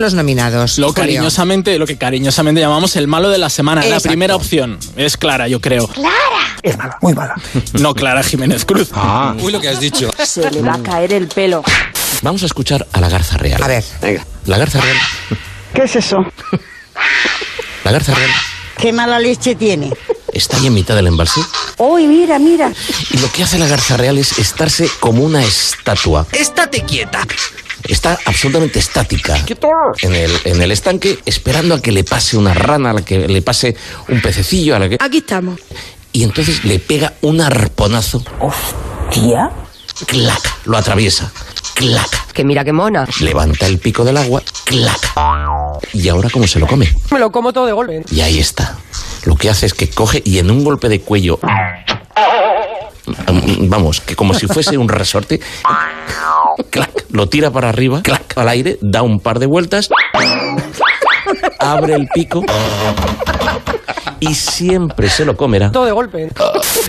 los nominados. Lo Julio. cariñosamente, lo que cariñosamente llamamos el malo de la semana. La Exacto. primera opción es Clara, yo creo. Es mala, muy mala. No Clara Jiménez Cruz. Uy, lo que has dicho. Se le va a caer el pelo. Vamos a escuchar a la Garza Real. A ver. La Garza Real. ¿Qué es eso? La Garza Real ¿Qué mala leche tiene? está ahí en mitad del embalse. Uy, mira, mira. Y lo que hace la Garza Real es estarse como una estatua. ¡Estate quieta! Está absolutamente estática en el, en el estanque, esperando a que le pase una rana, a la que le pase un pececillo, a la que... Aquí estamos. Y entonces le pega un arponazo. ¿Tía? ¡Clac! Lo atraviesa. ¡Clac! Que mira qué mona. Levanta el pico del agua. ¡Clac! ¿Y ahora cómo se lo come? Me lo como todo de golpe. Y ahí está. Lo que hace es que coge y en un golpe de cuello. Mm, Vamos, que como si fuese un resorte. Clac, lo tira para arriba, clac, al aire, da un par de vueltas, abre el pico y siempre se lo comerá. Todo de golpe.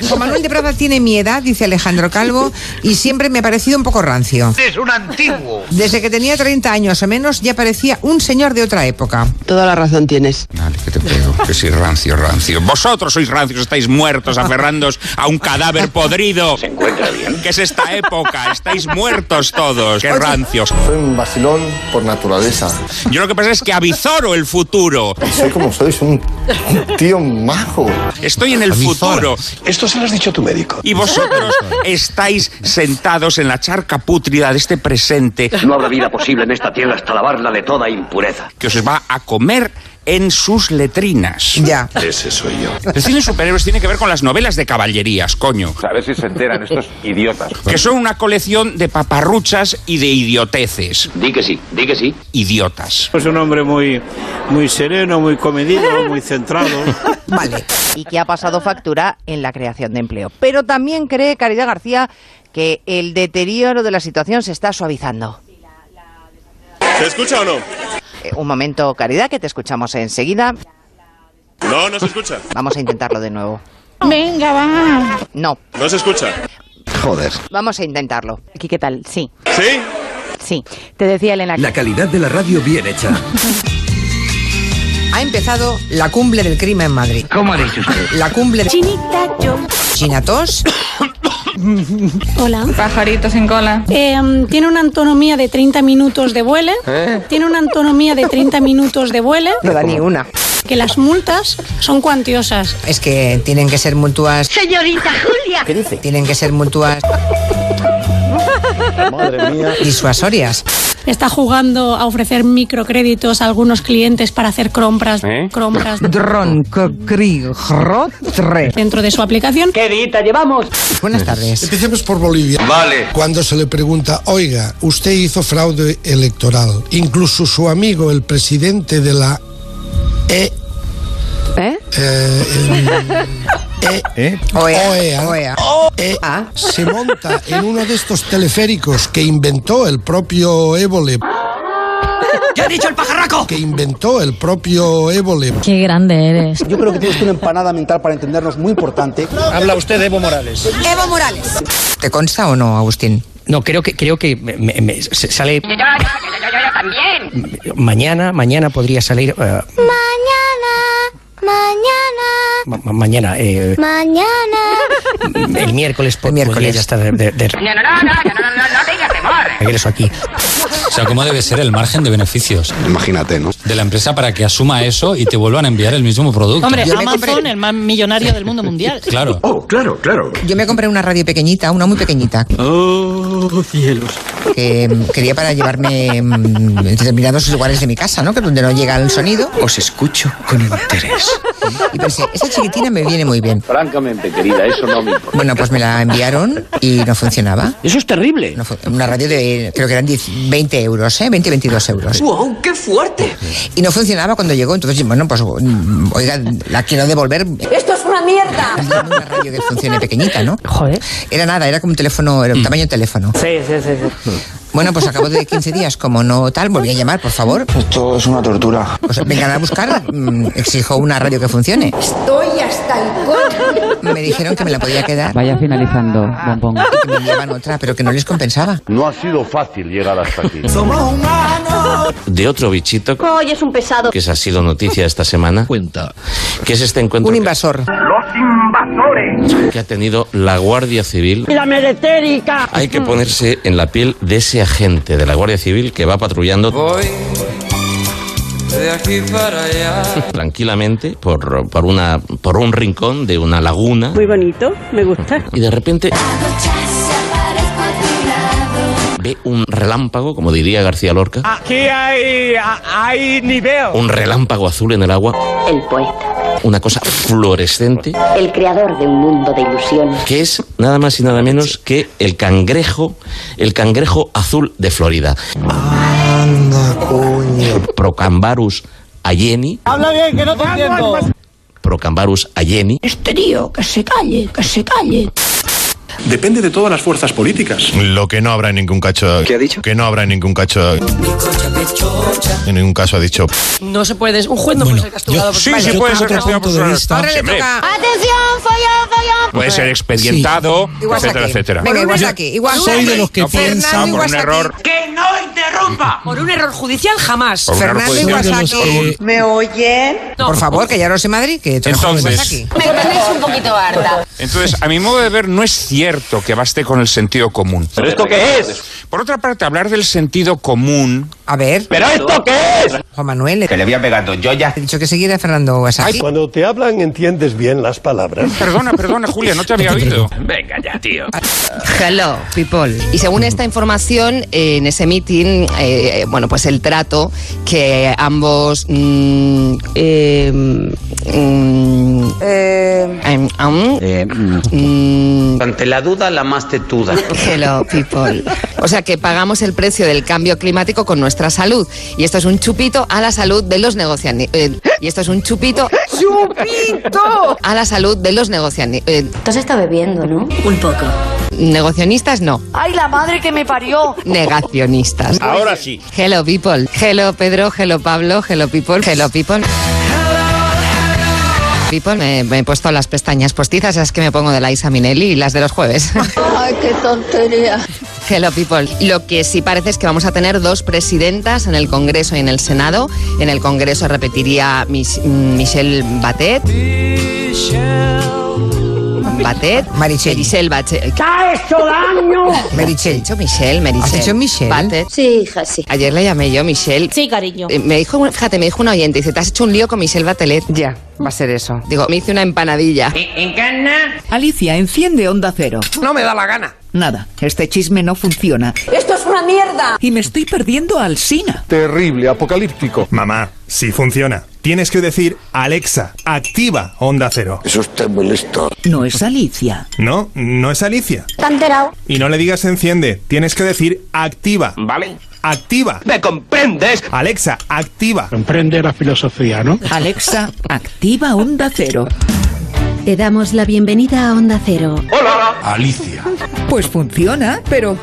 Juan Manuel de Prada tiene mi edad, dice Alejandro Calvo, y siempre me ha parecido un poco rancio. es un antiguo. Desde que tenía 30 años o menos ya parecía un señor de otra época. Toda la razón tienes. Dale, que te pego, que soy rancio, rancio. Vosotros sois rancios, estáis muertos, aferrándos a un cadáver podrido. ¿Se encuentra bien? ¿Qué es esta época? Estáis muertos todos. Qué rancios. Soy un vacilón por naturaleza. Yo lo que pasa es que avizoro el futuro. Soy como soy, soy un, un tío majo. Estoy en el futuro. Esto se lo has dicho a tu médico. Y vosotros estáis sentados en la charca pútrida de este presente No habrá vida posible en esta tierra hasta lavarla de toda impureza. que os va a comer en sus letrinas. Ya. Ese soy yo. El cine de superhéroes tiene que ver con las novelas de caballerías, coño. A ver si se enteran estos idiotas. Que son una colección de paparruchas y de idioteces. Di que sí, di que sí. Idiotas. Pues- Es un hombre muy, muy sereno, muy comedido, muy centrado. Vale. Y que ha pasado factura en la creación de empleo. Pero también cree Caridad García que el deterioro de la situación se está suavizando. ¿Se escucha o no? Eh, un momento, Caridad, que te escuchamos enseguida. No, no se escucha. Vamos a intentarlo de nuevo. Venga, va. No, No se escucha. Joder. vamos a intentarlo. Aquí, ¿qué tal? Sí, ¿Sí? sí. Te decía Elena. La calidad de la radio bien hecha. Ha empezado la cumbre del crimen en Madrid. ¿Cómo ha dicho usted? La cumbre de Chinita yo. Chinatos. Hola. Pajaritos en cola. tiene una autonomía de 30 minutos de vuelo. Tiene una autonomía de 30 minutos de vuelo. No da ni una. Que las multas son cuantiosas. Es que tienen que ser mutuas. Señorita Julia. ¿Qué dice? Tienen que ser mutuas Madre mía. disuasorias. Está jugando a ofrecer microcréditos a algunos clientes para hacer compras, compras Dron, cri, rotre. dentro de su aplicación. ¿Qué dita llevamos? Buenas tardes. Empecemos por Bolivia. Vale. Cuando se le pregunta, oiga, usted hizo fraude electoral. Incluso su amigo, el presidente de la E. ¿Eh? eh, em, E- OEA. OEA. OEA. E- Ah. se monta en uno de estos teleféricos que inventó el propio Évole. ¿Qué ha dicho el pajarraco? Que inventó el propio Évole. Qué grande eres. Yo creo que tienes una empanada mental para entendernos muy importante. Habla usted de Evo Morales. Evo Morales. ¿Te consta o no, Agustín? No, creo que, creo que sale Yo, yo, yo, yo también. mañana, mañana podría salir. mañana, mañana. mañana, mañana. El miércoles, El miércoles. podría ya estar de, No, no, no, no, no, no, no, no tengas temor. regreso aquí. O sea, ¿cómo debe ser el margen de beneficios Imagínate, ¿no? de la empresa para que asuma eso y te vuelvan a enviar el mismo producto? Yo me, compré, el más millonario del mundo mundial. Claro. Oh, claro, claro. yo me compré una radio pequeñita, una muy pequeñita, Oh, cielos. que mm, quería para llevarme mm, en determinados lugares de mi casa, ¿no? Que donde no llega el sonido. Os escucho con interés. Y pensé, esa chiquitina me viene muy bien. Francamente, querida, eso no me importa. Bueno, pues me la enviaron y no funcionaba. Eso es terrible. No fu- Una radio de, creo que eran 10, 20 euros, ¿eh? 20, 22 euros. ¡Wow, qué fuerte! Y no funcionaba cuando llegó, entonces, bueno, pues, mm, oiga, la quiero devolver. ¡Esto es una mierda! Una radio que funcione pequeñita, ¿no? Joder. Era nada, era como un teléfono, Mm. era un tamaño de teléfono. Sí, sí, sí. Bueno, pues acabo de 15 días, como no tal, volví a llamar, por favor. Esto es una tortura. Pues vengan a buscar, mm, exijo una radio que funcione. Estoy hasta el coño. Me dijeron que me la podía quedar Vaya finalizando, bombón. y que me llevan otra, pero que no les compensaba. No ha sido fácil llegar hasta aquí. Somos humanos. de otro bichito Hoy es un pesado. que esa ha sido noticia esta semana. Cuenta. Que es este encuentro. Un invasor. Los invasores. Que ha tenido la Guardia Civil. La meretérica. Hay que ponerse en la piel de ese agente de la Guardia Civil que va patrullando. De aquí para allá. tranquilamente por, por, una, por un rincón de una laguna Muy bonito, me gusta. y de repente ve un relámpago, como diría García Lorca, Aquí hay, hay nivel. un relámpago azul en el agua, El poeta. una cosa fluorescente, El creador de un mundo de ilusiones. que es nada más y nada menos que el cangrejo, el cangrejo azul de Florida. Procambarus ayeni, Habla bien, que no te entiendo. Procambarus ayeni, Este tío, que se calle, que se calle. Depende de todas las fuerzas políticas. Lo que no habrá en ningún cacho. ¿Qué ha dicho? Que no habrá en ningún cacho. En ningún caso ha dicho. No se puede, un juez no puede ser castigado. Sí, sí puede ser castigado por su- Hombre, ¡Atención, follón, follón! Puede ser expedientado, Sí. Igual etcétera, saqué. etcétera. Venga, igual saqué, igual Soy saqué. de los que No, Fernando, piensa por igual un saqué. error. ¡Que no interrumpa! Por un error judicial jamás. Por un error Fernando judicial. Iwasaki. Soy ¿Me oyen? Por favor, que ya no sé Madrid, que tú eres joven, Entonces- Masaki. Me tenéis un poquito harta. Entonces, a mi modo de ver, no es cierto que baste con el sentido común. ¿Pero esto qué es? Por otra parte, hablar del sentido común. A ver. ¿Pero esto qué es? Juan Manuel. Que le voy a pegar dos joyas. He dicho que seguirá Fernando Basaki. Cuando te hablan entiendes bien las palabras. Perdona, perdona, Julia, no te había oído. Venga ya, tío. Hello, people. Y según esta información, eh, en ese meeting, eh, bueno, pues el trato que ambos. mm, eh, mm, em, am, Eh, mm. Ante la duda, la más tetuda. mm, Hello, people. O sea que pagamos el precio del cambio climático con nuestra salud. Y esto es un chupito a la salud de los negociantes. y esto es un chupito. ¡Chupito! A la salud de los negociantes. Tú has estado bebiendo, ¿no? Un poco. Negocianistas no. ¡Ay, la madre que me parió! Negacionistas. Ahora sí. Hello, people. Hello, Pedro. Hello, Pablo. Hello, people. Hello, people. People, me, me he puesto las pestañas postizas, esas que me pongo de la Isa Minelli y las de los jueves. ¡Ay, qué tontería! Hello people. Lo que sí parece es que vamos a tener dos presidentas en el Congreso y en el Senado. En el Congreso repetiría Mich- mm, Michelle Batet. Batet. Marichel. Michelle Batet. ¡Ha hecho daño! Marichel. dicho Michelle, Marichel. ¿Has dicho Michelle? Batet. Sí, hija, sí. Ayer la llamé yo Michelle. Sí, cariño. me dijo, fíjate, me dijo un oyente, dice, te has hecho un lío con Michelle Batelet. Ya, va a ser eso. Digo, me hice una empanadilla. Alicia, enciende Onda Cero. No me da la gana. Nada, este chisme no funciona. ¡Esto es una mierda! Y me estoy perdiendo al Sina. Terrible, apocalíptico. Mamá, sí funciona. Tienes que decir, Alexa, activa Onda Cero. Es usted muy listo. No es Alicia. No, no es Alicia. ¿Te has enterado? Y no le digas enciende, tienes que decir activa. ¿Vale? Activa. ¿Me comprendes? Alexa, activa. Comprende la filosofía, ¿no? Alexa, activa Onda Cero. Te damos la bienvenida a Onda Cero. Alicia. Pues funciona, pero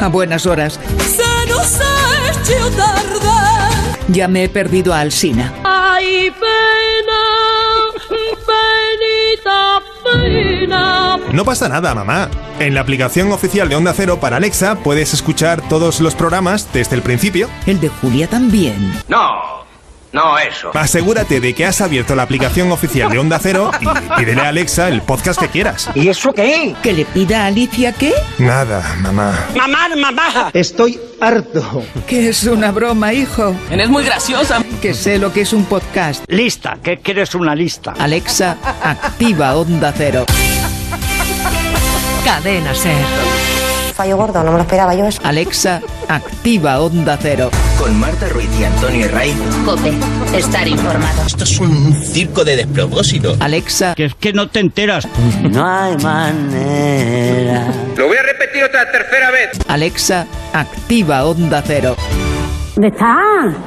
a buenas horas. Se nos ha hecho tarde. Ya me he perdido a Alsina. ¡Ay, pena! ¡Penita, pena! No pasa nada, mamá. En la aplicación oficial de Onda Cero para Alexa puedes escuchar todos los programas desde el principio. El de Julia también. No, no eso. Asegúrate de que has abierto la aplicación oficial de Onda Cero y pídele a Alexa el podcast que quieras. ¿Y eso qué? ¿Que le pida a Alicia qué? Nada, mamá. Mamá, mamá. Estoy harto. Que es una broma, hijo. Eres muy graciosa. Que sé lo que es un podcast. Lista, que quieres una lista. Alexa, activa Onda Cero. Cadena Ser. Fallo gordo, no me lo esperaba yo eso. Alexa, activa Onda Cero. Con Marta Ruiz y Antonio Herray. Cope, estar informado. Esto es un circo de despropósito. Alexa. Que es que no te enteras. No hay manera. Lo voy a repetir otra tercera vez. Alexa, activa Onda Cero. ¿Dónde está?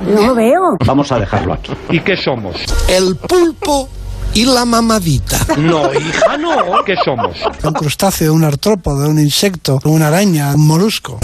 No lo veo. Vamos a dejarlo aquí. ¿Y qué somos? El pulpo y la mamadita. No, hija, no. ¿Qué somos? Un crustáceo, un artrópodo, un insecto, una araña, un molusco.